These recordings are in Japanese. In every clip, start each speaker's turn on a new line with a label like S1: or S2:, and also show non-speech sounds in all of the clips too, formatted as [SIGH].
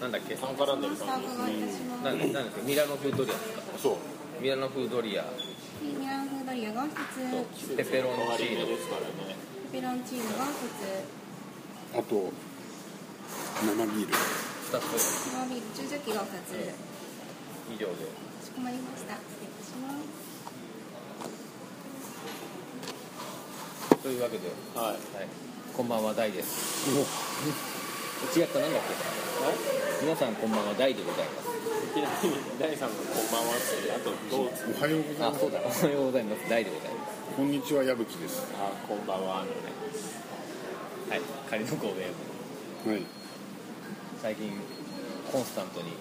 S1: なんだっけサンカランドリさんなんなんだっけミラノ風ドリアですか
S2: そう
S1: ミラノ風ドリア
S3: ミランフードリアが一つ
S1: ペペロンチ
S4: 変わり目
S1: ー
S4: ですからね
S3: ペペロンチーノが一
S2: あと生ビール
S1: ノ2つ
S3: つスモービール注射器が二つ
S1: 以上で
S3: かしこまりました失礼いたします
S1: というわけで、
S4: はい
S1: はい、こんばんは大です違ったなんだっけ皆さんこんばんは大でございます
S4: いきなり第3の「こんばんは」ってあとどうつ
S2: おはようござい
S1: あ
S2: ます
S1: そうだおはようございます大でございます
S2: こんにちは矢吹です
S4: あこんばんはあのね
S1: はい仮の公演
S2: はい
S1: 最近コンスタントに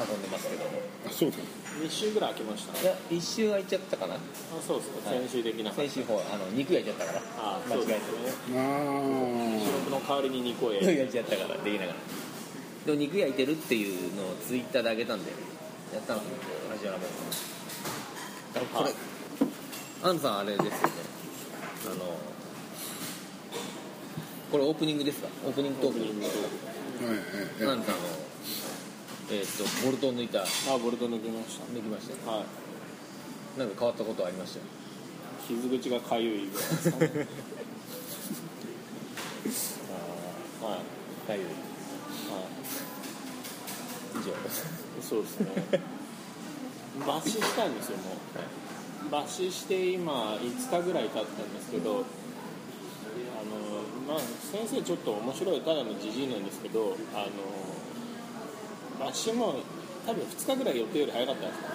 S1: 運んでますけどい
S2: あそうだ
S4: 2週ぐらい空きましたね
S1: や一周空いちゃったかな
S4: あそうですか
S1: はい
S4: 先週できなかっ
S1: 先週ほらあの肉焼いちゃったから
S4: たあ
S1: 間
S4: そう
S1: 違
S4: で
S1: え
S4: すね
S2: あー
S4: 収録の代わりに肉を
S1: て
S4: 焼い
S1: 肉
S4: て
S1: 焼いちゃったからできながらでも肉焼いてるっていうのをツイッターであげたんでやったんですよラジオラボ
S4: あ
S1: アンさんあれですよねあのこれオープニングですかオープニングトーク
S2: はい
S1: ア
S2: はい
S1: ンさんのえっ、とボルトを抜いた
S4: あボルト抜けまし
S1: 抜きましたね
S4: たはい
S1: なんか変わったことありましたよ
S4: 傷口がかゆ [LAUGHS] いぐらいですかねはいは
S1: 大丈夫以上
S4: いそうですね抜歯したんですよもう、
S1: は
S4: 抜歯して今5日ぐらい経ったんですけど、あのまあ、先生ちょっと面白いただのじじいなんですけどあの抜歯も多分2日ぐらい予定より早かったんですか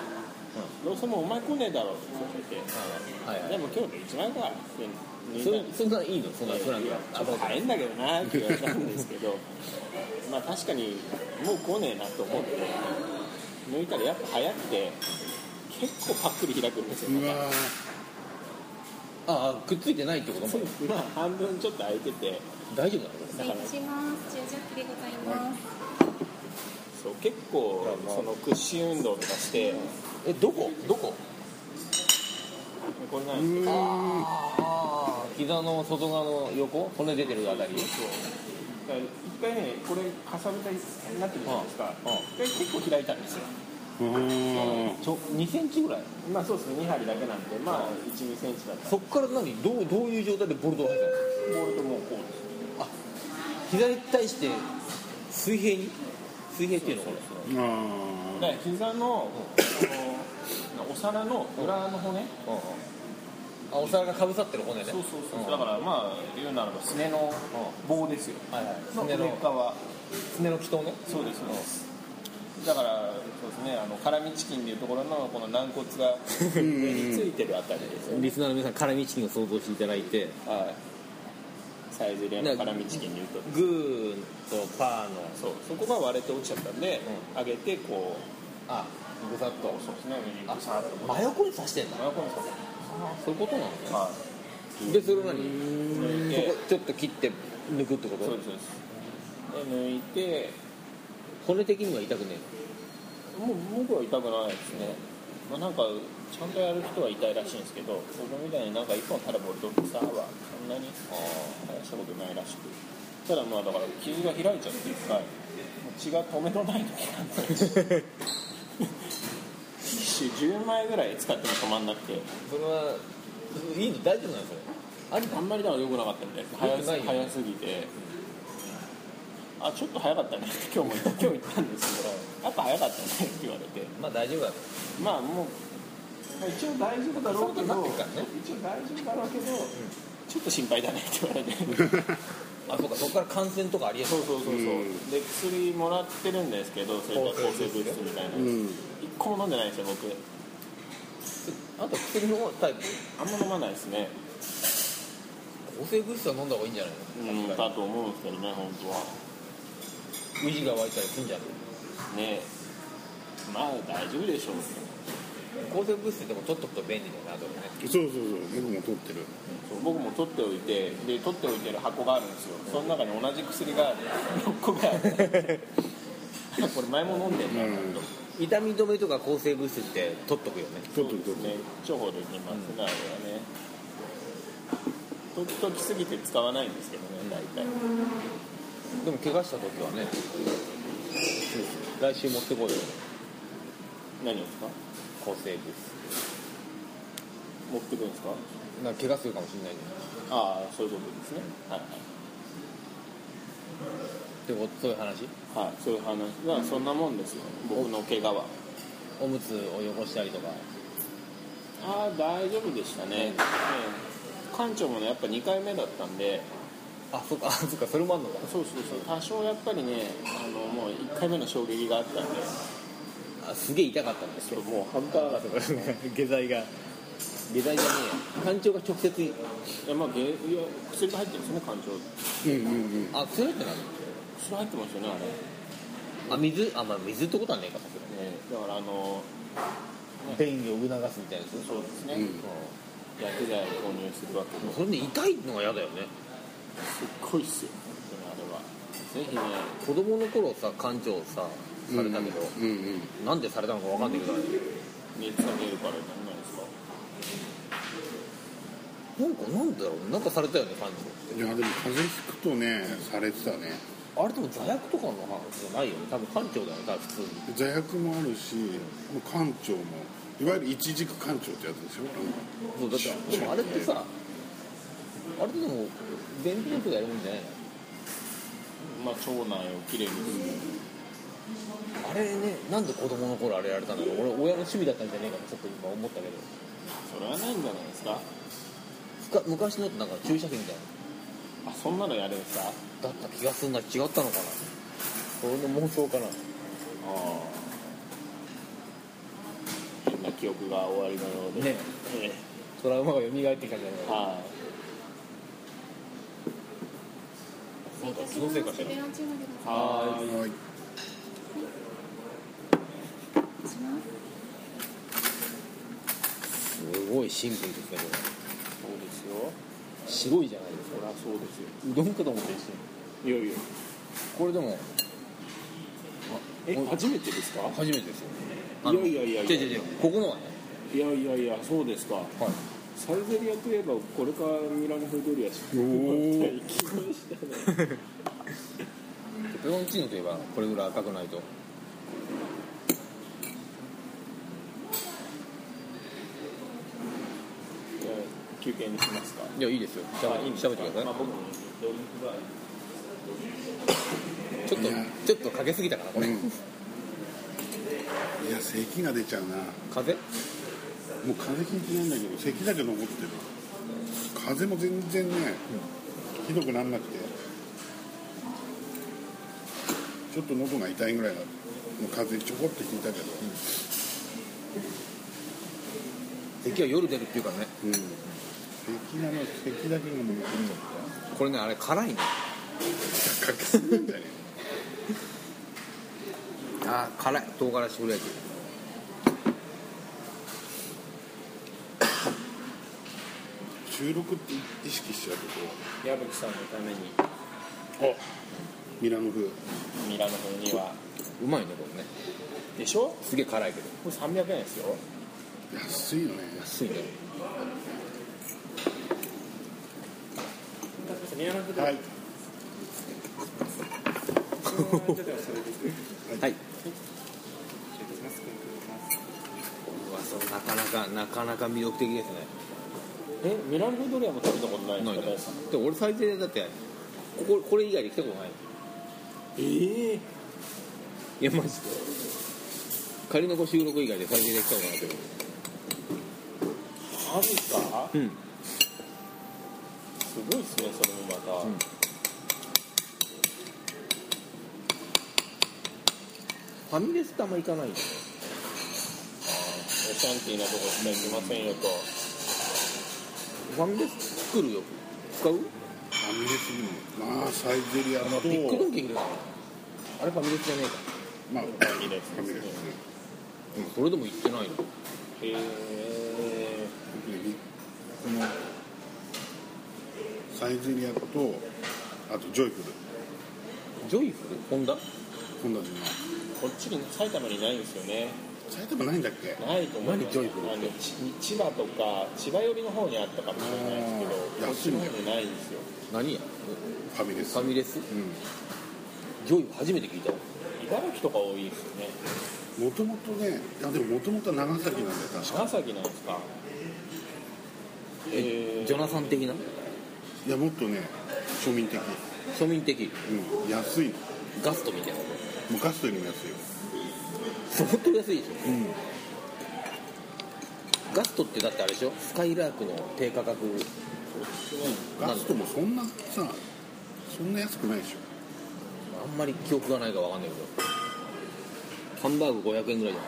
S4: ね、どうせもうお前来ねえだろって言わ
S1: あはい
S4: れて、
S1: は
S4: でも今日で1万か
S1: い
S4: って
S1: そ
S4: 抜
S1: れ
S4: いたんです
S1: そんないいのそんなフランク
S4: い
S1: が
S4: やちょっと早いんだけどなって言われたんですけど [LAUGHS] まあ確かにもう来ねえなと思って抜いたらやっぱ早くて結構パックリ開くんですよ
S2: うわ
S1: ああくっついてないってこと
S4: そうまあ半分ちょっと開いてて
S1: 大丈夫なのこ
S3: 失礼いたします注射器でございます
S4: そう結構その屈伸運動とかして
S1: れえどこどこ
S4: こんなん
S2: ーうーん
S1: ああ膝の外側の横骨出てるあたり
S4: そうだから一回ねこれかさぶたになってるじゃないですか
S1: うんうん
S4: 一回結構開いたんですよ
S2: あー
S1: ちょ2センチぐらい
S4: まあそうですね2針だけなんでまあ12センチだった
S1: そっから何どうどういう状態でボルトが入ったの
S4: らボールともうこうです
S1: 膝に対して水平に水平っていうのこ
S2: あ
S1: れ
S2: ー
S4: で膝のあのお皿の裏の骨、
S1: うんうんあお皿がかぶさってる骨ね
S4: そうそうそう、
S1: ん
S4: だからまあ言うならばすねの棒ですよ、
S1: はいはいす
S4: の
S1: ね
S4: 上
S1: の
S4: 側
S1: すねの気筒ね
S4: そうですそうです、だからそうですねあの辛味チキンでいうところのこの軟骨が上についてるあたりですよね、
S1: リスナーの皆さん辛味チキンを想像していただいて
S4: はいサイズレの辛味チキンでいうと
S1: グーとパーの
S4: そうそこが割れて落ちちゃったんで、上げてこ
S1: あ
S4: うぐさっとそうですね
S1: あ
S4: ぐさっと
S1: 真横に刺してんだ
S4: 真横に刺
S1: そういうことなのね
S4: すは
S1: でそれを何
S4: い
S1: そ
S4: で
S1: こちょっと切って抜くってこ
S4: そう
S1: と
S4: ですそうですで抜いて
S1: 骨的には痛くね
S4: もう僕は痛くないですね、まあ、なんかちゃんとやる人は痛いらしいんですけど僕みたいになんか一本ただボルトってさはそんなに大したことないらしくただまあだから傷が開いちゃって一回もう血が止めのない時なん
S1: え
S4: で
S1: [LAUGHS]
S4: 一種10枚ぐらい使っても止まんなくて
S1: それはいいの大丈夫なのそれあり
S4: あんまりだから良くなかったみたいです
S1: 良
S4: 早
S1: く
S4: す
S1: ないよね
S4: 早すぎてあちょっと早かったねって今日も言った今日言ったんですけどやっぱ早かったねって言われて
S1: まあ大丈夫だ
S4: まあもうまあ一応大丈夫だろうけど
S1: そうなってるからね
S4: 一応大丈夫だろうけど、ちょっと心配だねって言われて
S1: あそうかそこから感染とかありえそ
S4: そううそうそうそう、
S2: うん
S4: で薬もらってるんですけどそういった抗生物質みたいな、
S2: うん
S4: 一個も飲んでないんですよ僕
S1: あと薬のタイプ
S4: あんま飲まないですね
S1: 抗生物質は飲んだ方がいいんじゃな
S4: うん
S1: いの
S4: だと思うんですけどね本当は
S1: ウジが湧いたりするんじゃない
S4: ねまあ大丈夫でしょう
S1: 抗生物質でも取っとくと便利だよなと思うね
S2: そうそうそう僕も撮ってる
S4: そう僕も取っておいてで取っておいてる箱があるんですよその中に同じ薬が6個がある [LAUGHS] これ前も飲んでんな、
S2: うん
S4: と
S1: 痛み止めとか抗生物質って取っとくよね
S2: 撮ってる撮
S4: そ
S2: っ
S4: うです
S2: て
S4: ね
S2: る
S4: 重宝できますね、あれはね取っときすぎて使わないんですけどね大体
S1: でも怪我した時はね来週持ってこいよ
S4: 何をですか
S1: 抗生物質
S4: 持ってくるんですか
S1: なんか怪我するかもしれないね
S4: ああそういうことですねはいはい
S1: ってことそういう話
S4: はい、そういう話はそんなもんですよ僕の怪我は
S1: おむつを汚したりとか
S4: ああ大丈夫でしたね、
S1: う
S4: え
S1: ん
S4: え館長もねやっぱ2回目だったんで
S1: あそっかあ [LAUGHS] そっかそれもあんのか
S4: そうそうそう多少やっぱりねあのもう1回目の衝撃があったんで
S1: あすげえ痛かったんです
S4: ちょ
S1: よ
S4: っともう半端なかった
S1: か [LAUGHS] 下剤が下剤じゃねえや感情が直接
S4: いやまあげいや薬が入ってるんですね館長
S2: うんうんうん
S1: あ強いってなる
S4: 薬入ってますよねあれ
S1: あ水あまあ水ってことはねえかさす
S4: ねだからあの
S1: がに便宜を促すみたいな
S4: そうですね、
S2: うん
S4: 薬剤を購入するわけ
S1: うん
S4: です
S1: それで痛いのが嫌だよね
S4: っごいっすよ本当にあれはぜ
S1: 子供の頃さ館長さされたけど、
S2: うんうん
S1: なんでされたのかわかんないけど、
S4: ひね熱が出るからじゃないですか
S1: なんかなんだろうなんかされたよね館
S2: いやでも風邪ひくとねされてたね
S1: 長あれでも座薬とかの話じゃないよね多分館長だよね多分普通に
S2: 座薬もあるしもう館長もいわゆる一軸館長ってやつでしょ、
S1: そうだってでもあれってさあれってでも便秘の人がやるもんじゃないの
S4: まあ腸内をきれいにする
S1: あれねなんで子供の頃あれやれたんだろう俺親の趣味だったんじゃねえかとちょっと今思ったけど
S4: それはないんじゃないですか
S1: ふか昔のってなんか注射器みたい
S4: あそんなのやるんですかあ
S1: なだった気がすんな違ったのかな俺の妄想かな
S4: あ変な記憶が終わりのようで
S1: ね
S4: え
S1: トラウマが蘇ってきたんじゃない
S4: え
S1: かな
S4: は
S3: 失
S1: なんか気
S3: 礼いたします。
S1: のせいかしら
S3: ベロンチーノで
S4: い
S3: ございま
S4: は
S2: うんはい
S3: す。します。
S1: すごいシンプルですねこ
S4: そうですよ
S1: れ白いじゃないです
S4: そりゃそうですよ
S1: かうどんかと思って一瞬
S4: いよいよ
S1: これでも
S4: え
S1: お
S4: 初めてですか
S1: 初めてですよ
S4: いやいやいやいや
S1: 違う違う違うここのはね
S4: いやいやいやそうですか
S1: はい
S4: サイゼリアといえばこれからミラノフドリアしか
S2: おー
S4: 行きましたね [LAUGHS]
S1: ペペロンチーノといえばこれぐらい赤くないと
S4: いや休憩にしますか
S1: いやいいですよしゃべしゃべってくださ
S4: まあ、
S1: い
S4: 僕もドリンクバーに
S1: ちょっとちょっとかけすぎたかなこ
S2: うん
S1: れ、
S2: いや咳が出ちゃうなも
S1: 風邪
S2: う風邪ひいてないんだけど咳だけ残ってる風邪も全然ね、ひどくなんなくてちょっと喉が痛いぐらいなのもう風邪ちょこっとひいたけど、
S1: 咳は夜出るっていうからね
S2: うん咳なの咳だけがもう残っ
S1: これねあれ辛いね
S2: ちゃったかけすぎんだよね
S1: あー辛い唐辛子フレーク
S2: 収録って意識しちゃうとこ
S4: 矢吹さんのために
S2: ミラノ風
S4: ミラノ風には
S1: うまいねこれね
S4: でしょこ
S1: すげえ辛いけど
S4: れ300円ですよ
S2: 安いよね
S1: 安いね
S4: ミラノ風
S2: はい
S1: はいうわそうなかなかなかなか魅力的ですね
S4: えミラノ風ドリアも食べたことない
S1: ない
S4: で
S1: ね
S4: すか
S1: でも俺最低だってこここれ以外で来たことない
S4: ええ
S1: いやマジで仮のご収録以外で最低で来たことないけど
S4: マジっすか
S1: うん
S4: すごいっすねそれもま
S1: う
S4: た、
S1: んファミレスってあんま行かないよね
S4: オシャンティーなとこしか行きませんよと、
S1: ファミレス作るよ使う
S2: ファミレスにもまあサイゼリア
S1: ビッグド
S2: と
S1: ンキーいるからあれファミレスじゃねえ
S2: ま
S1: か
S2: あ
S4: ファミレス
S2: ファミレス
S1: それでも行ってないの
S4: へえ
S2: 僕ねこのサイゼリアとあとジョイフル
S1: ジョイフルホンダ
S2: 今度はね
S4: こっちに埼玉にないんですよね
S2: 埼玉ないんだっけ
S4: ないと思います
S1: 何ジョイフル
S4: あのち千葉とか千葉寄りの方にあったかもしれないですけど
S2: あー
S4: こっちの方にないんですよ
S1: 何や
S2: ファミレス
S1: ファミレス
S2: う
S1: ジョイフル初めて聞いたわ
S4: 茨城とか多いですよね
S2: んもともとねいやでももともとは長崎なんだよ確か
S4: 長崎なんですかへえ
S1: ジョナサン的ない
S2: やもっとね庶民的
S1: 庶民的
S2: うん安いの
S1: ガストみたいな
S2: 昔とよりも安いよ
S1: 相当安いでしょ
S2: うん
S1: ガストってだってあれでしょスカイラークの低価格
S2: ガストもそんなさそんな安くないでしょ
S1: あんまり記憶がないからわかんないけどハンバーグ500円ぐらいじゃない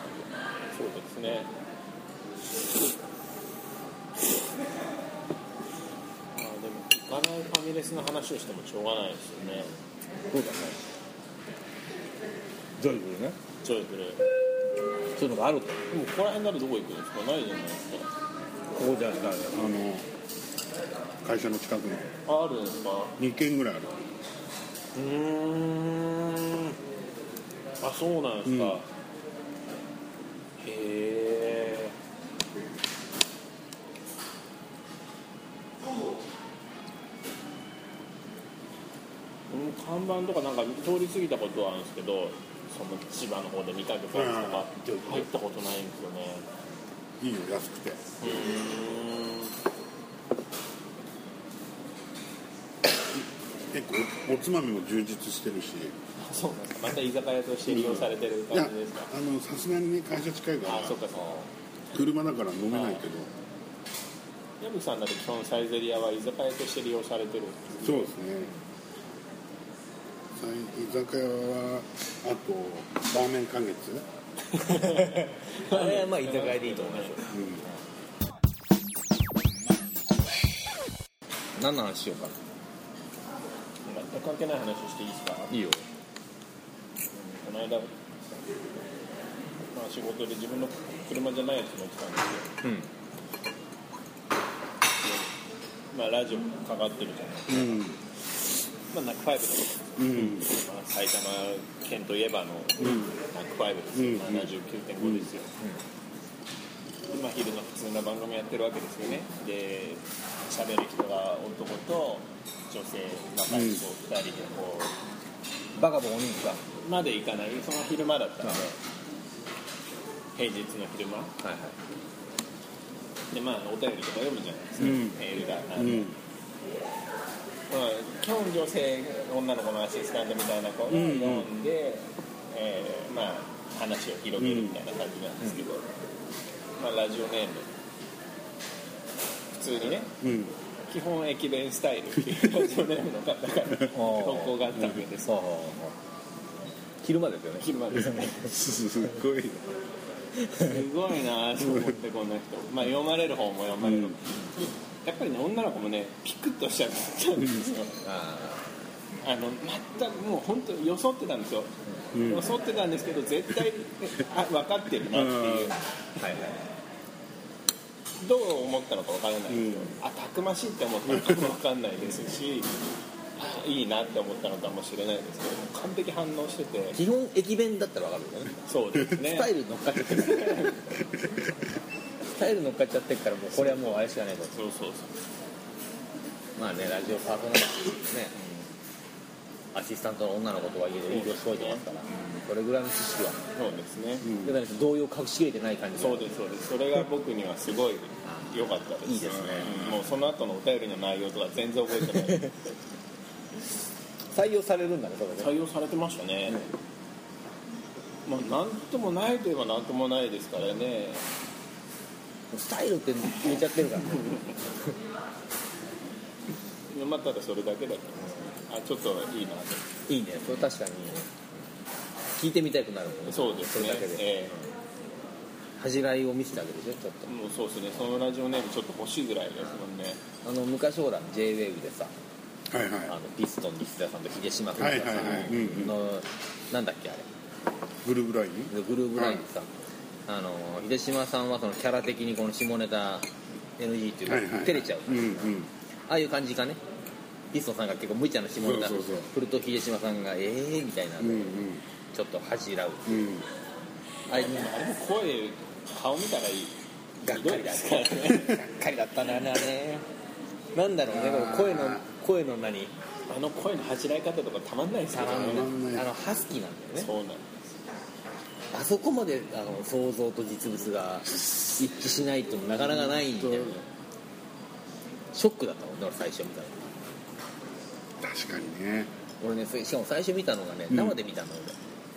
S4: そうですねあーでも行かないファミレスの話をしてもしょうがないですよね
S1: そうだねジョイフルね
S4: ジョイフルで
S1: そういうのがあると
S4: もここら辺ならどこ行くんですかないじゃないですか
S1: ここじゃない
S2: あの会社の近くの
S4: ああるんですか
S2: 2軒ぐらいある
S4: うーんあそうなんですか、
S2: うん
S4: へえうん看板とかなんか通り過ぎたことはあるんですけどその千葉の方で見かけたやつとか
S2: うん
S4: 入ったことないんですよね
S2: いいよ安くて結構おつまみも充実してるし
S4: あそうなんですかまた居酒屋として利用されてる
S2: いや
S4: 感じですか
S2: あのさすがにね会社近いか
S4: あ
S2: ら
S4: そっかそう
S2: 車だから飲めないけど
S4: 矢吹さんだって基本サイゼリアは居酒屋として利用されてるんですね
S2: そうですねさ居酒屋はあとラーメン半月
S1: あれはまあ居酒屋でいいと思いますよ何の話しようか
S4: 全く関係ない話していいですか、
S1: いいよ
S4: この間、まあ、仕事で自分の車じゃないやつ乗ってたんですけ
S1: うん
S4: ど、まあ、ラジオかかってるじゃないです
S2: うん
S4: か、まあ、ナックファイブと
S2: うん
S4: か、まあ、埼玉県といえばの
S2: うん
S4: ナックファイブですよ、
S2: うん
S4: 79.5ですよ、今昼の普通の番組やってるわけですよねで喋る人が男と女性若い子2人でこう、
S1: バカボンお兄さん
S4: まで行かないその昼間だったんで、平日の昼間
S1: はいはい
S4: でまあお便りとか読むじゃないですか、
S2: うん
S4: メールが、
S2: うんうん
S4: まあ、基本女性女の子のアシスタントみたいな子が
S2: うんう
S4: 読
S2: ん
S4: んで、えーまあ話を広げるみたいな感じなんですけど、まあ、ラジオネーム普通にね
S2: うん
S4: 基本駅弁スタイルっていうラジオネームの方から投稿があったわけです
S1: そうそうそう昼間ですよね
S4: 昼間ですね
S2: すっごい
S4: すごいなと思ってこの人まあ読まれる方も読まれる、
S2: うん
S4: やっぱりね女の子もねピクッとしちゃったんですよ
S1: あ
S4: あの全くもう本当よそってたんですよ、
S2: うん
S4: よそってたんですけど絶対あ分かってるな
S1: あは
S4: っていう
S1: いはい
S4: どう思ったのか分からないですよ、あたくましいって思ったのかも分かんないですしあいいなって思ったのかもしれないですけど完璧反応してて
S1: 基本駅弁だったらわかるよね
S4: そうですね
S1: [LAUGHS] スタイル乗っかっちゃってるスタイル乗っかっちゃってるからもうこれはもうあれしかないと
S4: そうそうそう
S1: まあねラジオパーソナリティねアシスタントの女の子とはいえど営業しといてますからそれぐらいの知識は
S4: そうですね、
S1: だから動揺隠しきれてない感じが
S4: そうですそうですそれが僕にはすごい良かったです
S1: いいですね
S4: うんもうその後のお便りの内容とか全然覚えてない
S1: 採用されるんだねそれで
S4: 採用されてましたね、まあなんともないといえばなんともないですからね
S1: スタイルって入れちゃってるからね
S4: まあただそれだけだったあちょっといいなと
S1: いいねそれ確かに聞いてみたくなるもんね
S4: そうですね
S1: それだけで
S4: え
S1: 恥じらいを見せてあげるでしょちょっ
S4: えもうそうですねそのラジオネームちょっと欲しいぐらいですもんね
S1: とあの昔ほら JWAVE でさ
S2: はいは
S1: あ
S2: い
S1: のピストン西田さんと秀島君とかさ
S2: はいはいはいうんうん
S1: のなんだっけあれ
S2: グルーブライン
S1: グルーブラインでさ、あの秀島さんはそのキャラ的にこの下ネタ NG っていうか、
S2: はいはい
S1: 照れちゃう、
S2: うんうん
S1: ああいう感じかねピストンさんが結構無茶な下ネタ
S2: そうそうそう
S1: 振ると秀島さんが「ええー」みたいな、
S2: うん
S1: ちょっと恥じらう
S2: うんうん
S1: あれ
S4: あれも声顔見たらいい
S1: がっかりだ
S4: ひどい
S1: ね
S4: ですからね
S1: がっかりだったなあれはねなんだろうねこの声の声の何
S4: あの声の恥じらい方とかたまんないです
S1: た
S4: よね
S1: まん
S2: ん
S1: な
S2: ないい
S1: あのハスキーなんだよね
S4: そうなん
S1: あそこまであの想像と実物が一致しないってなかなかないんだよね
S2: 本
S1: ショックだったもんね俺最初見たの
S2: 確かにね
S1: 俺ねそれしかも最初見たのがね
S2: うん
S1: 生で見たの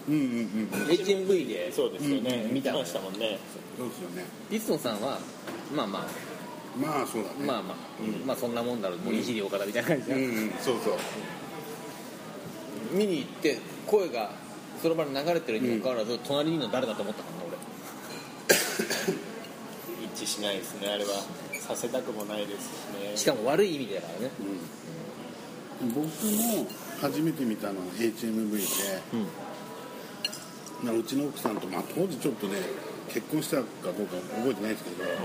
S2: うんうんうんうん
S1: 俺 HMV で
S4: そうですよね、
S1: うん
S4: 見てましたもんね
S2: そうですよね
S1: ピストンさんはまあま
S2: まあそうだ
S1: あ
S2: ね
S1: まあまあ、まあそんなもんだろうもういじりお方みたいな感じ
S2: う
S1: で、
S2: んうんそうそう
S1: 見に行って声がその場に流れてるにもかかわらず、隣にいるの誰だと思ったからね俺
S4: 一致しないですねあれはさせたくもないです
S1: し
S4: しね
S1: かも悪い意味でだからね
S2: うん僕も初めて見たのは HMV で、
S1: うん
S2: まあ、うちの奥さんと、まあ、当時ちょっとね結婚したかどうか覚えてないですけど、
S4: はいは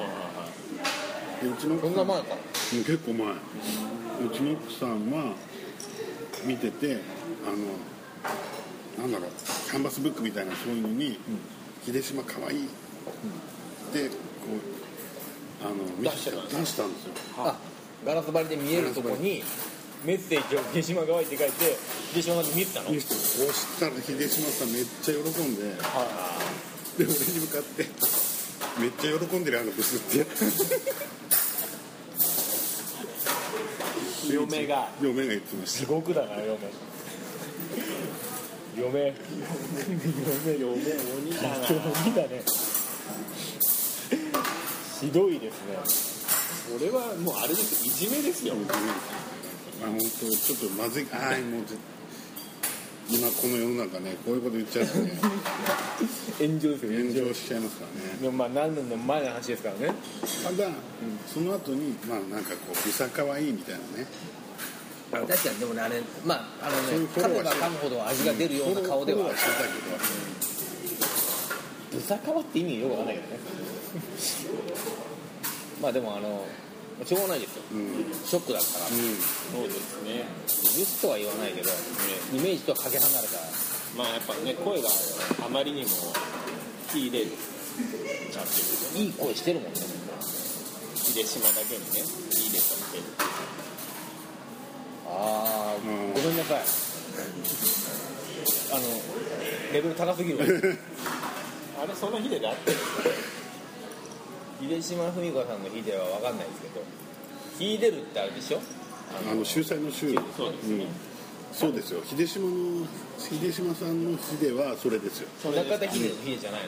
S2: でうちの奥
S1: そ
S2: さん
S1: んな前か
S2: うん結構前うちの奥さんは見ててあのなんだろうキャンバスブックみたいなそういうのに「秀島かわいい」ってこうあの見せ
S4: 出して
S2: 出したんですよ
S1: あガラス張りで見えるとこにメッセージを「秀島がわい」って書いて秀島が見えてたの
S2: 見せてそしたら秀島さんめっちゃ喜んでで俺に向かって「めっちゃ喜んでるあのブス」ってやった
S4: い嫁が
S2: 嫁が言ってました
S4: 地獄だな嫁嫁嫁嫁鬼だな鬼だねひどいですね俺はもうあれですいじめですよ
S2: まあ本当ちょっとまずいああもうぜ今この世の中ねこういうこと言っちゃうとね
S1: [LAUGHS] 炎上ですよ
S2: 炎上しちゃいますからね
S1: でもまあ何年も前の話ですからね
S2: ただ、その後にまあなんかこう「うさかわいい」みたいなね
S1: 確かにでもねあれまああの
S2: そうい
S1: ね
S2: うフォロ
S1: 噛
S2: ー
S1: め
S2: は
S1: ば噛むほど味が出るような顔では
S2: フォロー
S1: ある
S2: はしてたけ
S1: ブサカワって意味よくわかんないけどね [LAUGHS] まあでもあのしょうがないですよ
S2: どうんうん
S1: ショックだったら
S4: そうですね
S1: ミスとは言わないけどイメージとはかけ離れた
S4: まあやっぱね声があまりにもいいでちゃってる
S1: いい声してるもんね
S4: 秀島だけにねいいでさって
S1: ああ
S2: うん
S1: ごめんなさいあのレベル高すぎるわ
S4: あれその秀であってる
S1: 秀島文子さんの秀はわかんないですけど秀でるってあれでしょ
S2: [LAUGHS] あの秀才の秀うん
S4: そうですね、
S2: そうですよ秀島の秀島さんの秀はそれですよ
S4: れです
S1: 中田秀の秀じゃない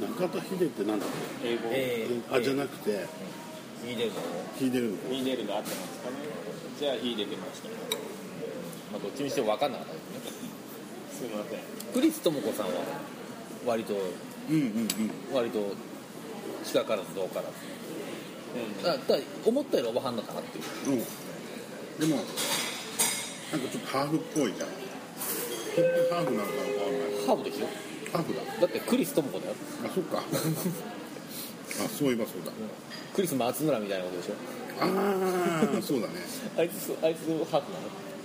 S1: の
S2: 中田秀ってなんだっ
S4: 英語
S2: け、
S1: えー
S2: あじゃなくて
S1: 秀の
S2: 秀でるの
S4: ヒーデルがあってますかねじゃあヒーデ出ました
S1: まあどっちにしてもわかんなかったですね
S4: すいません
S1: クリス智子さんは割と
S2: うんうんうん
S1: 割と近からず遠からず
S4: う
S1: だだから思ったよりおばはんだったなっていう
S2: うんでもなんかちょっとハーフっぽいじゃんハーフなのかな
S1: ハーブでしょ
S2: ハーフだ
S1: だってクリス智子だよ
S2: あそっか [LAUGHS] あそういえばそうだ
S1: クリス松村みたいなことでしょ
S2: ああそうだね
S1: あいつあいつハーフなの
S4: ん、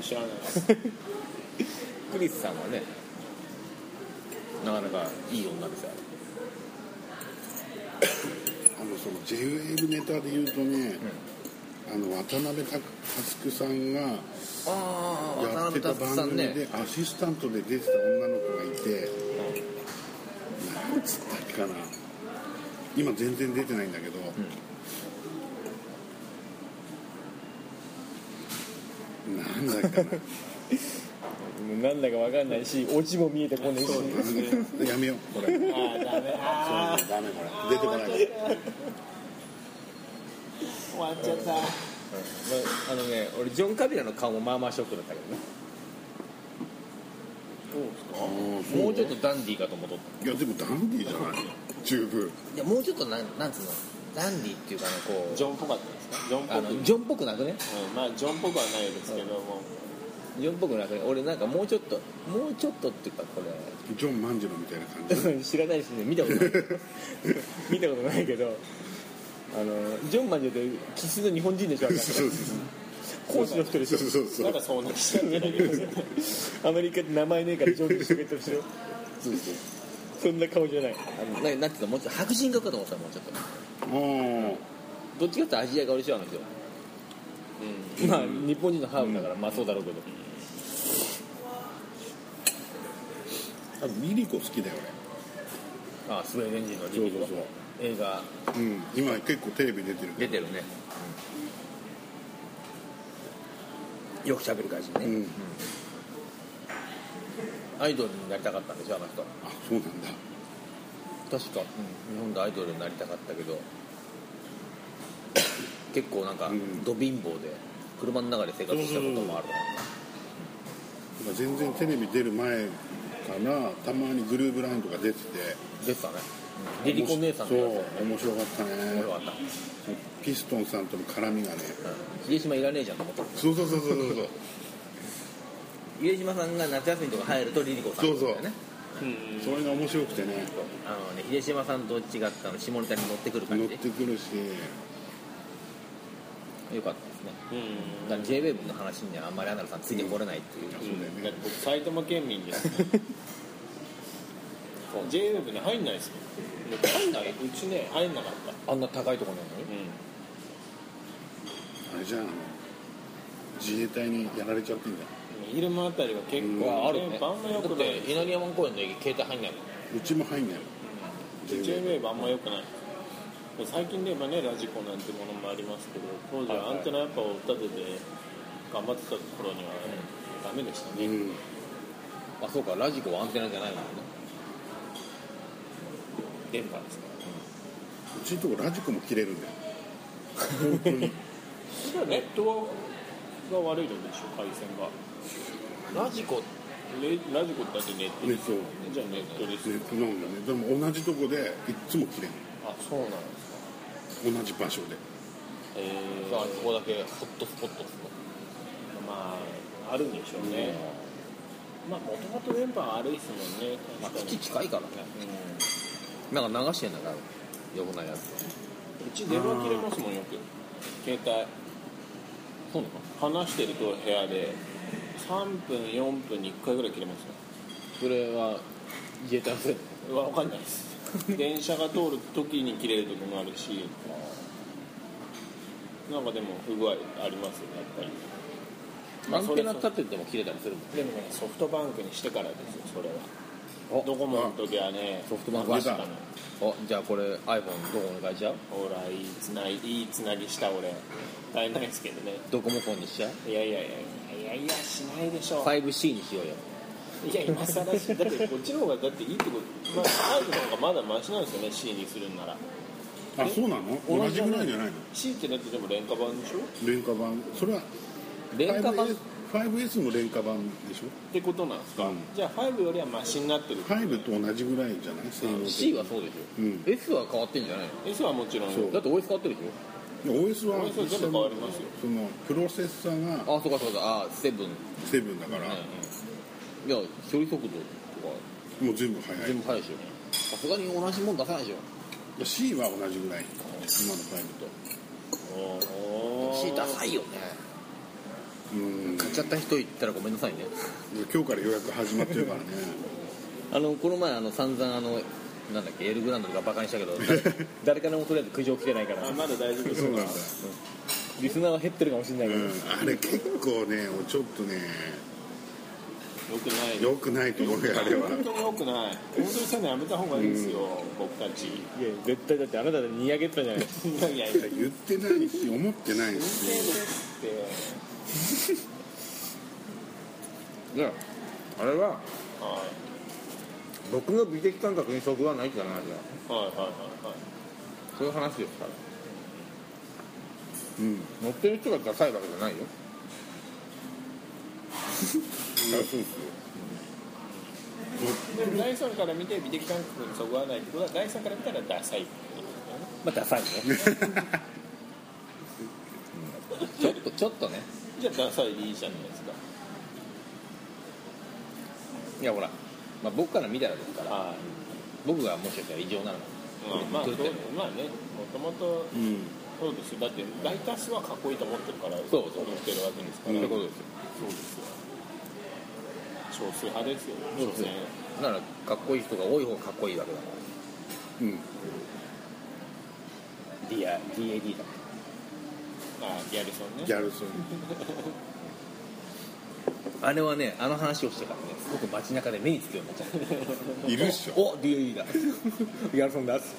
S4: 知らないです
S1: クリスさんはねなかなかいい女ですよ
S2: あのその JWAVE ネタで言うとね、あの渡辺拓佑さんが
S1: ああ
S2: や
S1: 渡
S2: って
S1: 辺
S2: た
S1: 達さ
S2: 番
S1: ん
S2: 組
S1: ね
S2: でアシスタントで出てた女の子がいて何つったっけかな今全然出てないんだけど、なんだっけかな
S1: なんだかわかんないしオチも見えてこねえし
S2: やめようこれそう
S4: あーダメあー
S2: ダメこれ出てこない
S4: 終わっちゃった
S1: あのね俺ジョン・カビラの顔もまあまあショックだったけどねもうちょっとダンディーかと思っとった
S2: いやでもダンディーじゃない十分
S1: いやもうちょっとなんなんつうのダンディーっていうかねこう
S4: ジョンっぽかったですかジョンっぽ
S1: あ
S4: く
S1: のジョンっぽくなくね
S4: うん、まあジョンっぽくはないですけども、
S1: 4っぽくなくね俺なんかもうちょっともうちょっとっていうかこれ [LAUGHS]
S2: ジョン万次郎みたいな感じ
S1: 知らないしね見たことない [LAUGHS] 見たことないけどあのジョンマンによって生粋の日本人でしょ
S2: [LAUGHS]
S1: あれ
S2: そうそうそう
S1: 講師の人でし
S2: そ
S1: ょ
S2: うそうそう
S4: なんかそうなっちゃうんじゃないです
S1: [LAUGHS]
S4: か
S1: アメリカって名前ねえから上級してくれたでしょ
S2: そうそう
S1: そんな顔じゃないあのななんていうのもうちょっと白人顔かと思ったもうちょっと
S2: あー
S1: どっちかっていうとアジア顔でしょあの人まあ日本人のハーフだからまあそうだろうけど
S2: あとリリコ好きだよ
S1: ああスウェーデン人のリリコ
S2: そうそうそう
S1: 映画
S2: 俺、うん、今結構テレビ出てる
S1: 出てるね、よく喋る外人ね、
S2: うん
S1: アイドルになりたかったんでしょあの人
S2: あそうなんだ
S1: 確か、日本でアイドルになりたかった [COUGHS] けど結構なんか
S2: うん
S1: ど貧乏で車の中で生活したこともある
S2: なんか全然テレビ出る前からたまにグルーブラウンドが出てて
S1: 出てたねリリコ姉さん
S2: そう
S1: とかね
S2: 面白かった
S1: 面
S2: ね
S1: 白かった
S2: ピストンさんとの絡みがね
S1: 秀島いらねえじゃんと思った
S2: そうそうそうそうそうそう
S1: 秀島さんが夏休みとか入るとリリコさん
S2: そうそう
S1: だよね
S4: うん
S2: それが面白くてね
S1: あのね秀島さんと違ったあの下ネタに乗ってくる
S2: 乗
S1: 感
S2: っ
S1: じ
S2: てくるし
S1: よかったですね
S4: うん
S1: だから JWAVE の話にはあんまりアナルさんついてこれないっていう、
S4: うんだって僕埼玉県民です [LAUGHS] そう JWEB に入んないですよ入んないうちね入んなかった
S1: あんな高いところなのに
S4: う
S2: あれじゃん自衛隊にやられちゃってんだ
S4: ん昼間あたりは結
S2: う
S4: 構
S1: あるねだ
S4: あんま良く
S1: っ
S4: ない
S1: て稲荷山公園の駅携帯入んないの
S2: うちも入んないの
S4: JWEB あんま良くない最近で言えばねラジコなんてものもありますけど当時はアンテナやっぱを立てて頑張ってたところにはダメでした
S2: う
S4: ね
S2: ん
S1: あそうかラジコはアンテナじゃないもんね
S4: 電波ですか
S2: うちのとこラジコも切れるんだよ本当に
S4: それはネットワークが悪いのでしょ回線が
S1: ラジコ
S4: レラジコだってネット
S2: ね
S4: です
S2: そう
S4: じゃあネットです
S2: ネットなんだねでも同じとこでいっつも切れ
S4: あそうなんですか
S2: る同じ場所で
S4: えー、
S1: さあここだけホットスポットっすね
S4: まああるんでしょうね、まあもともと電波は悪いですもんね
S1: まあ
S4: 確か
S1: 基地
S4: に、
S1: 近いからねなんか流してんだからよくないやつ
S4: うん、うち電話切れますもんよく携帯
S1: そうなの
S4: 話してると部屋で3分4分に1回ぐらい切れます
S1: それは自衛隊のせい
S4: よわ分かんないです [LAUGHS] 電車が通る時に切れる時もあるしなんかでも不具合ありますよやっぱりま
S1: ア
S4: あ
S1: ン
S4: そ
S1: テ
S4: れ
S1: ナ立てても切れたりするもん
S4: でもねソフトバンクにしてからですよそれは
S1: お
S4: ドコモの時はね
S1: ソフトバンク
S4: 確かに
S1: おじゃあこれ iPhone どこに変えちゃう
S4: ほらいいつないいいつなぎした俺大変ないですけどね
S1: ドコモフォンにしちゃう
S4: いやいやいやいやいやしないでしょ
S1: 5C にしようよ
S4: いや今更
S1: [LAUGHS]
S4: しだってこっちの方がだっていいってことまあイブの方がまだマシなんですよね C にするんなら
S2: あ
S4: え
S2: そうなの同じぐらいじゃないの
S4: C ってだってでも廉価版でしょっ
S2: 廉価版それは
S1: 廉価版
S2: 5S, 5S の廉価版でしょ
S4: てことなんですか、
S2: うん
S4: じゃあ5よりはマシになってる
S2: 5と同じぐらいじゃない性能的に
S1: C はそうでしょ、
S2: うん
S1: S は変わってんじゃない
S4: S はもちろん
S2: そう
S1: のだって OS 変わってるでし
S2: OS は
S4: OS は全部変わりますよ
S2: そのプロセッサーが
S1: ょあそうかそうかあセブンね
S2: 7だから、
S1: いや処理速度とか
S2: もう全部速い
S1: 全部速いでしょさすがに同じもん出さないでしょ
S2: C は同じぐらい今の5と
S4: お
S1: C ダ
S4: ー
S1: サいよね
S2: うん
S1: 買っちゃった人言ったらごめんなさいね
S2: 今日から予約始まってるからね
S1: あのこの前あの散々あのなんだっけエルグランドとかバカにしたけど誰 [LAUGHS] 誰からもとりあえず苦情来てないから
S4: あまだ大丈夫です
S2: そう
S4: か
S2: なんだ、
S1: リスナーは減ってるかもしれないけ
S2: う
S1: ど、
S2: ん、あれ結構ねちょっとね
S4: よくない
S2: 良くないと思うよあ
S4: [LAUGHS]
S2: れは
S4: 本当によくない本当にそういうのやめた方がいいですよ、僕たち
S1: い
S4: い
S1: や絶対だってあなたでにやげてたじゃない
S4: やいやいや
S2: 言ってないし思ってない
S4: 運
S2: し
S4: 転ですって
S1: やあれは
S4: はい
S1: 僕の美的感覚に即はないからなじゃ
S4: はいはいはいはい
S1: そういう話ですから
S2: うん
S1: 乗ってる人がダサいわけじゃ [LAUGHS] ないよ
S2: そうそう
S4: でも第三から見て美的感覚にそぐわないってことは第三から見たらダサいってことだよね
S1: まあダサいねちょっとちょっとね
S4: じゃあダサいでいいじゃないですか
S1: いやほら、まあ、僕から見たらですから
S4: はい
S1: 僕がもしかしたら異常なの
S4: うんまあ、
S1: 狂
S4: そ
S1: って
S4: う
S1: る
S4: まあねもともと
S2: [LAUGHS] うん
S4: そうですよだって大多数はかっこいいと思ってるから
S1: そうそう
S4: 言ってるわけです
S1: そ
S4: か
S1: う
S4: ら、
S1: いうことですよ
S4: そうですよ少数派ですよ
S1: そうですよだからかっこいい人が多い方がかっこいいわけだか
S2: うん
S1: ら D I DAD だ
S4: あギャルソンね
S2: ギャルソン
S1: あれはねあの話をしてからねすごく街中で目につくようになっちゃった
S2: いるっしょ
S1: お DAD だギャルソンだっつって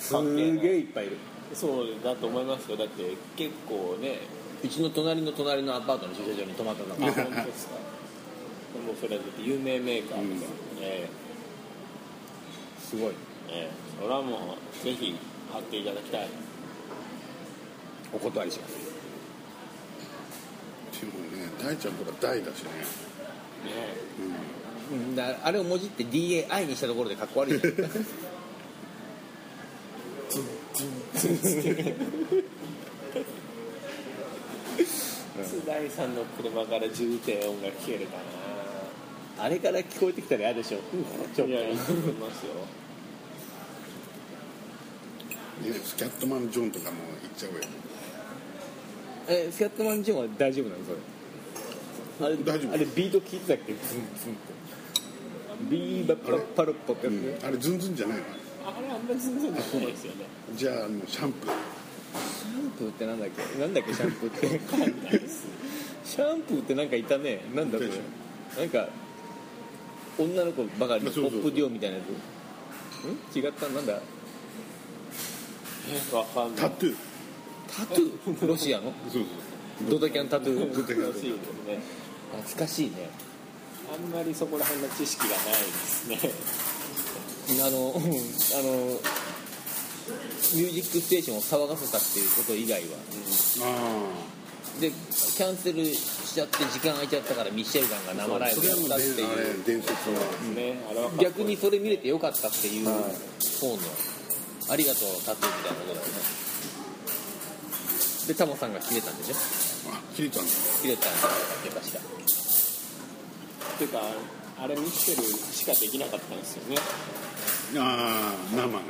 S1: すげえいっぱいいる
S4: そうだと思いますよだって結構ね
S1: うちの隣の隣のアパートの駐車場に泊まったんだ
S4: あ
S1: か
S4: 本
S1: ら
S4: 当ですかもうそれはだって有名メーカーみたいな、え
S1: すごい
S4: えええそれはもうぜひ貼っていただきたい
S1: お断りします
S2: でもね大ちゃんとか大だしね
S4: ね
S1: うんだからあれをもじって DAI にしたところでかっこ悪いじゃないですか
S4: 津大さんの車から重低音が聞けるか
S1: あれから聞こえてきたら嫌でしょち
S4: な
S1: ょっと
S4: いやいいと思いますよ
S2: ねスキャットマン・ジョンとかも行っちゃおうよ
S1: えスキャットマンジョンは大丈夫なのそれあれ
S2: 大丈夫
S1: あれビート聞いてたっけズンズンってビーバッパッパロッパってやつね
S2: あれズンズンじゃないの
S4: あれあんまりズンズンじゃないですよね
S2: じゃあもうシャンプー
S1: シャンプーってなんだっけなんだっけシャンプーってシャンプーってなんかいたねなんだそれ
S2: いたでし
S1: なんか女の子ばかりのポ
S2: そうそうそう
S1: ップデュオみたいなやつん違ったなんだ
S4: わかんな
S2: タ
S4: い
S2: トゥー
S1: タトゥーロシアの
S2: そうそう
S1: ドタキャンタトゥー
S2: ゥー
S4: 難しいですね
S1: 懐かしいね
S4: あんまりそこら辺の知識がないですね
S1: あのあのミュージックステーションを騒がせたっていうこと以外は
S2: あ
S1: でキャンセルしちゃって時間空いちゃったからミッシェルガンが生ラ
S2: あ
S1: イ
S2: そ
S1: ブ
S2: れ
S1: や
S2: は
S1: っ
S2: もう
S1: た
S2: 伝
S1: って
S2: あ
S1: いう
S2: れ伝説の
S4: ねあれはかっこいい
S1: 逆にそれ見れてよかったっていう方の
S2: はい
S1: ありがとうタトゥーみたいなことだよねでタモさんが切れたんでしょ
S2: あ切れたんだ
S1: 切れたんだって確か
S4: っていうかあれ見てるしかできなかったんですよね
S2: ああ生がね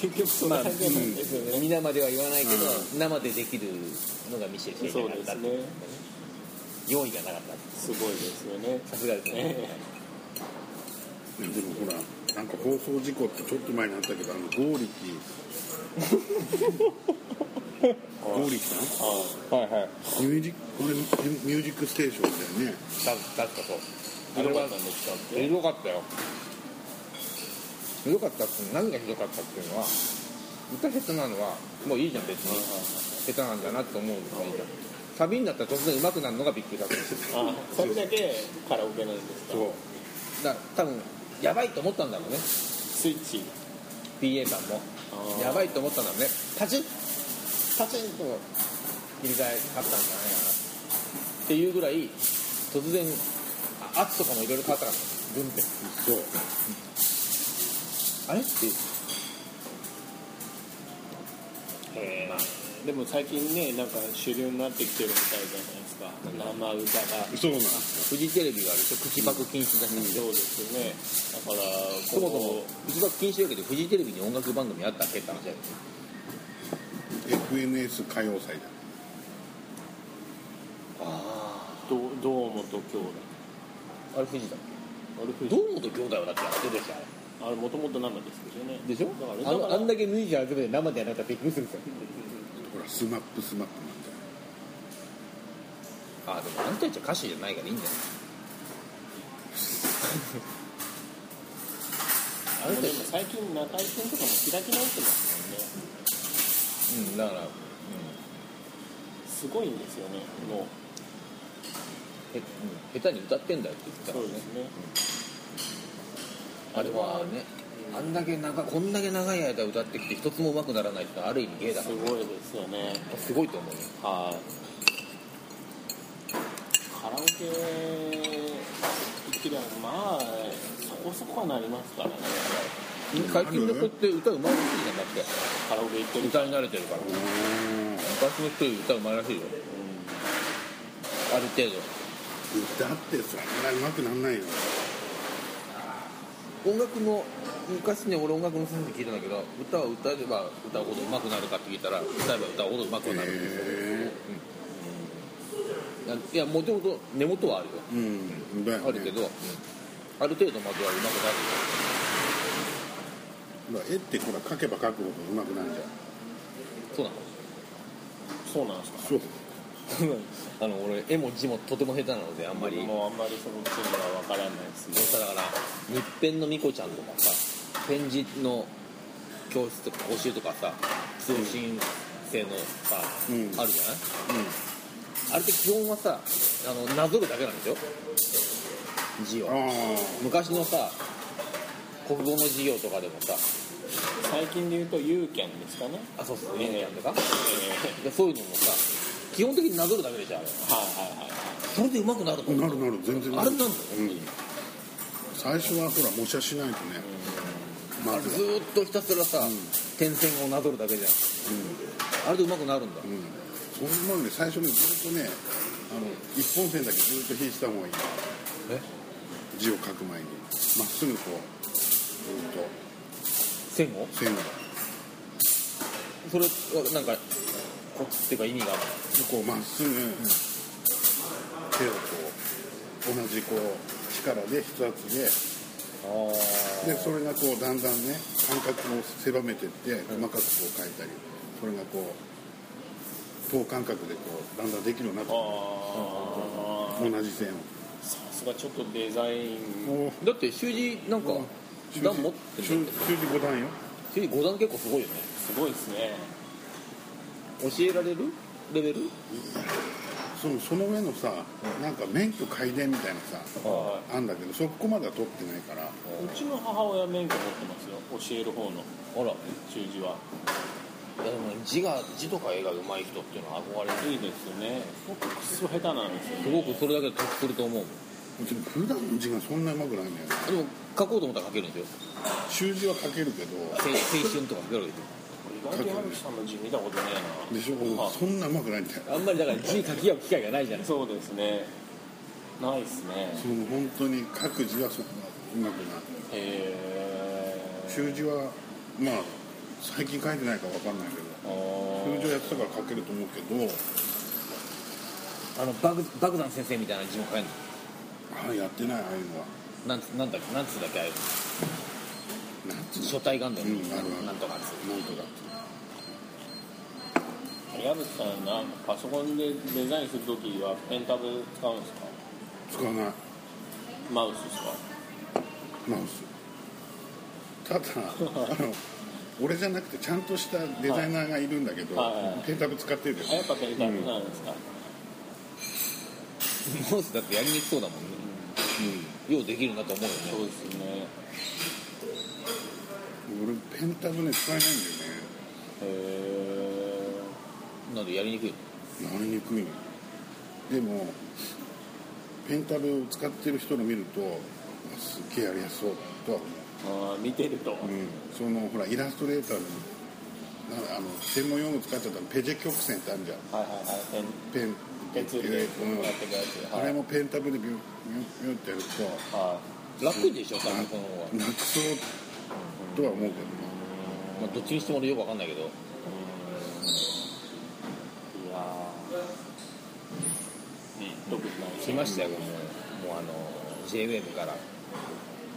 S4: 結局そんな感じなんですよね、
S1: 皆までは言わないけど生でできるのがミッシェルしかい
S4: そう
S1: なかっ
S4: で
S1: た
S4: す
S1: って
S4: ね
S1: 用意がなかった
S4: すごいですよね
S1: さすがですね
S4: ね
S2: でもほらなんか放送事故ってちょっと前にあったけどあのゴー [LAUGHS] リキゴーリキさん
S4: あ
S1: はいはい
S2: ミュージックあれミュージックステーションだよね
S1: 確かそう
S4: あひどかったんですかって
S1: ひどかったよひどかったって何がひどかったっていうのは歌下手なのはもういいじゃん別に下手なんだなって思うのがいいじゃんサビになったら突然上手くなるのがびっくりだったんですよ
S4: あそれだけカラオケなんですか
S1: だから多分やばいと思ったんだろうね
S4: スイッチ
S1: PA さんもやばいと思ったんだろうねパチンパチンと切り替えあったんじゃないかなっていうぐらい突然あ圧とかもいろいろ変わったからグンって
S2: そう
S1: あれって
S4: へえでも最近ねなんか主流になってきてるみたいじゃないですか生歌が
S2: そうなんです
S1: フジテレビがあるでしょ口パク禁止だし、
S4: そうですよねだから
S1: そもそ
S4: こ
S1: も口パク禁止だけどフジテレビに音楽番組あったっけって話だよね
S2: FNS 歌謡祭だ
S1: あ
S4: うど堂本兄弟
S1: ああれフジだ
S4: あれ
S1: 堂
S4: 藤
S1: 本兄弟はだってやってたじゃん
S4: あれもともと生ですけどね
S1: でしょ
S4: だか
S1: あ
S4: らだか
S1: の
S4: ら
S1: あんだけミュージシャン集めて生でやられたらびっくりするんですよ
S2: ほらスマップスマップなんだよ
S1: あでもあんたたちは歌手じゃないからいいんじゃ
S4: あれでも最近中居君とかも開き直ってますもん
S1: ない
S4: ね
S1: うんだから、うん、
S4: すごいんですよねも
S1: へうん下手に歌ってんだよって
S4: う
S1: 言ってたからね
S4: すね
S1: あれはねあんだけ長いこんだけ長い間歌ってきて一つも上手くならないってのはある意味芸だか
S4: すごいですよね
S1: らすごいと思うよ
S4: はいカラオケ行ってりゃまあそこそこはなりますからね
S1: 最近の子って歌うまいらしいじゃなくて
S4: カラオケ行ってると、
S1: 歌い慣れてるから
S2: おー
S1: 昔の人より歌うまいらしいよある程度
S2: だってそんなうまくなんないよ
S1: 音楽も昔ね俺音楽の先生に聞いたんだけど歌は歌えば歌うほど上手くなるかって聞いたら歌えば歌うほど上手くはなる、
S2: へ
S1: いやもともと根元はあるよ
S2: えうんだよ、ね、
S1: あるけど、ある程度までは上手くなる
S2: ほら絵ってほら描けば描くほどうまくなるじゃん
S1: そうなの
S4: そうなんですか
S2: そう
S1: あの俺絵も字もとても下手なのであんまり
S4: もうあんまりそのチームは分からないですね
S1: だから日編のみこちゃんとかさ展示の教室とか講習とかさ通信制のさ、
S2: うん
S1: あるじゃないあれって基本はさあのなぞるだけなんですよ字
S2: うん
S1: を
S2: あ
S1: 昔のさ国語の授業とかでもさ
S4: 最近で言うと有権ですかね
S1: あそうそう
S4: ええ
S1: ねえやんとか
S4: え
S1: でそういうのもさ基本的になぞるだけでしょあれ
S4: えはいはいはい
S1: それで上手くなると
S2: あ
S1: 思う
S2: なるなる全然
S1: あれなんだよ
S2: うん最初はほら模写しないとね
S1: あ
S2: ま
S1: れず
S2: ずは
S1: ーっとひたすらさ、
S2: ん
S1: 点線をなぞるだけじゃんあれで上手くなるんだ、
S2: うんうんそんなのね最初にずっとねあの一本線だけずっと引いてた方がいい
S1: え
S2: 字を書く前にまっすぐこうずっと
S1: 線を
S2: 線を
S1: それはなんかコツっていうか意味がある
S2: こうまっすぐ手をこう同じこう力で筆圧で
S1: の
S2: でそれがこうだんだんね感覚を狭めてって細かくこう書いたりそれがこう等間隔でこうだんだんできるようになって
S4: あ
S2: 同じ線を
S4: あさすがちょっとデザイン
S2: もう
S1: だって習字なんか段持ってんだよ
S2: 中中5段よ
S1: 習字5段結構すごいよね
S4: すごいですね
S1: 教えられるレベル
S2: そのその上のさなんか免許改伝みたいなさ
S4: は
S2: あんだけどそこまでは取ってないから
S4: いうちの母親免許持ってますよ教える方の
S1: あらい
S4: 習字は
S1: やでもね字が字とか絵が上手い人っていうのは憧れる
S4: いいですよね僕クソ下手なんですよ、ね、
S1: すごくそれだけで得すると思う
S2: でも普段の字がそんなうまくないんだよね
S1: でも書こうと思ったら書けるんですよ
S2: 習字は書けるけど
S1: 青青春とか書けるんですよ
S4: 意外と矢口さんの字見たことねえな
S2: でしょ
S4: あ
S2: そんなうまくないんだよ
S1: あんまりだから字書き合う機会がないじゃない
S4: そうですねないっすね
S2: その本当に書く字はそんなうまくない
S4: へえ
S2: 習字はまあ最近書いてないか分かんないけど習字をやってたから書けると思うけど
S1: あの爆爆弾先生みたいな字も書ける
S2: ああやってないああいうのは
S1: のなんつなんだっけなんつうんだっけあれ
S2: なんつうの
S1: 書体があんだよね
S2: うんあるある
S1: なんとかっつう
S2: なんとか
S4: 矢口さんなんかパソコンでデザインするときはペンタブ使うんですか
S2: 使わない
S4: マウスですか
S2: マウスただ
S4: [LAUGHS]
S2: あの俺じゃなくてちゃんとしたデザイナーがいるんだけど、
S4: はいはい
S2: ペンタブ使ってるよ
S4: あやっぱペンタブなんですか、
S1: マウスだってやりにくそうだもんね、ようできるなと思うよね
S4: そうですね
S2: 俺ペンタブね使えないん
S4: へ
S1: なんでやりにくい
S2: だよねやりにくいのでもペンタブを使ってる人の見るとすっげえやりやすそうとは思う
S4: えあー見てると、
S2: うん、そのほらイラストレーターのなあの専門用語使っちゃったのペジェ曲線ってあるじゃん
S4: はいはいはいペン
S2: ペン
S4: ペンツールでやって
S2: うん
S4: くやつ、
S2: あ
S4: は
S2: れ
S4: い
S2: もペンタブでビュンビュンビュンってやる
S4: はい
S1: 楽でしょ多分この方が、
S2: となくそうとは思うけどね
S1: まあ、どっちにしても俺よくわかんないけど
S4: いやーね特にない
S1: 来ましたよもうもうあの JWAVE から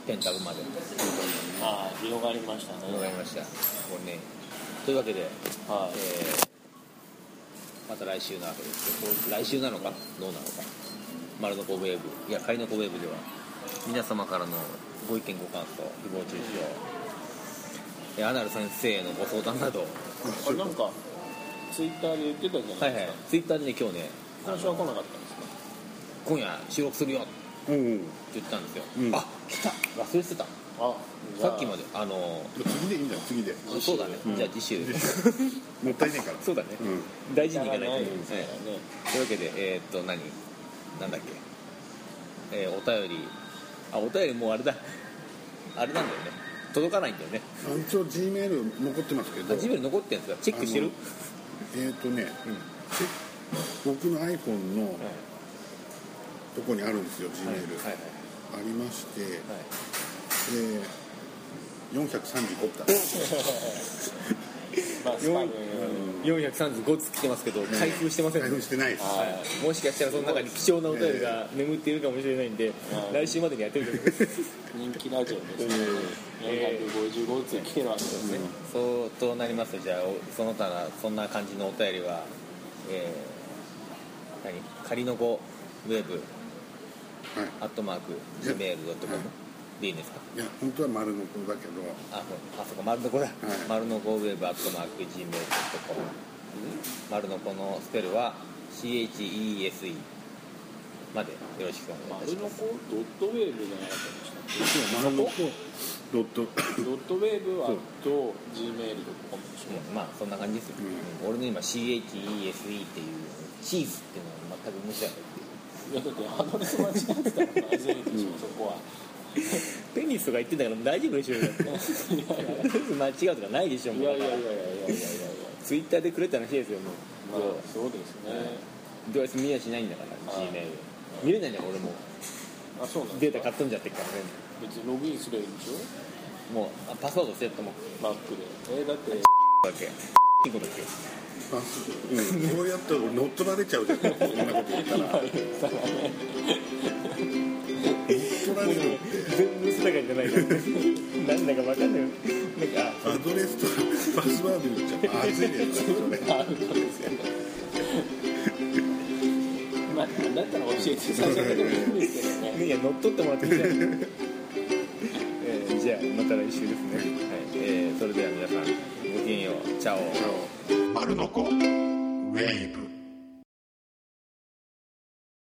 S1: ペンタブまで
S4: ああ広がりましたね
S1: わかりましたこれねというわけで、
S4: は
S1: え
S4: い
S1: ーまた来週なわけですけどこう来週なのかどうなのか丸のこウェーブいや仮のこウェーブでは皆様からのご意見ご感想誹謗中傷えーアナル先生へのご相談など
S4: あれなんかツイッターで言ってたじゃな
S1: はいいは
S4: で
S1: い
S4: すか、
S1: ツイッターでね今日ね
S4: 今週は来なかったんですか
S1: 今夜収録するよって
S2: うんうん
S1: 言ったんですよ、
S2: うん
S1: あ来た忘れてた
S4: あ
S1: さっきま
S4: で
S1: であの
S2: 次でいいんだよ次で
S1: ーそうだね、じゃあ次週
S2: もったいねえから
S1: そうだね、
S2: うん
S1: 大事にいかないと、
S4: ない
S1: ね
S4: ですからね、
S1: というわけでえーっと何なんだっけえーお便りあお便りもうあれだ [LAUGHS] あれなんだよね届かないんだよね
S2: 一応 G メール残ってますけど
S1: 初めに残ってんすかチェックしてる
S2: えっ、ー、とね、
S1: うん
S2: チェ僕の iPhone のとこにあるんですよ G メ
S1: はい
S2: ール、
S1: はい
S2: ありまして、で
S1: はい
S2: 435った
S4: まあ、スパム
S1: 435つ来てますけど開封してません
S2: 開封してないです
S4: はい
S1: はいもしかしたらその中に貴重なお便りが眠っているかもしれないんで、
S4: はい
S1: 来週までにやってると思います
S2: [LAUGHS]
S4: 人気ラジオですね、455通来てるわけですね、
S1: そうとなりますとじゃあおその他なそんな感じのお便りは、えー、何仮の子ウェブ
S2: はい
S1: アットマーク Gmail.com でいいんですか
S2: いや本当は丸の子だけど
S1: あそうあそこ丸の子だ、丸の子ウェブアットマーク Gmail.com 丸の子のスペルは CHESE までよろしくお願いいた
S4: 丸
S1: し
S4: の
S1: ます
S4: こドットウェーブじゃなかったでしたっ
S2: 今日丸の子ドット
S4: けドットウェーブはと Gmail.com でしょ
S1: うんまあそんな感じですよ、うん俺の今 CHESE っていうチーズっていうのは全く無視だった
S4: いやだってアドレス間違ってたらまずいでしょ、そこは
S1: テニスとか言ってんだから大丈夫で [LAUGHS] しょうよ間違うとかないでしょ
S4: い
S1: も
S4: や
S1: う
S4: いやいやいやいやいやいやいや
S1: ツイッターでくれた話ですよも
S4: まあ
S1: う、
S4: そうですね、
S1: どうやって見やしないんだから
S4: はい
S1: G メール見れないんだから俺も
S4: あそうなん
S1: デ
S4: で
S1: ー
S4: す
S1: タ買
S4: か
S1: っとんじゃってっから全
S4: 別にログインすればいいんでし
S1: 部もうあパスワードセットも
S4: ょマックでえだって
S1: だけいいことだけ
S2: あそううんそうやったら俺乗っ取られちゃうじゃんこんなこと言ったら
S1: [LAUGHS]
S2: 乗っ取られる
S1: 全部姿じゃないから [LAUGHS] なんだか分かんないよなんか
S2: アドレスとパスワード言っちゃまずいですよそれ
S4: あるんですよねまあなんだったら教えて差し上げてもいいんですけどね
S1: いや乗っ取ってもらっていいじゃん [LAUGHS] えーじゃあまた来週ですね、はいえーそれでは皆さんごきげんようチャオ
S2: 丸の子ウェーブ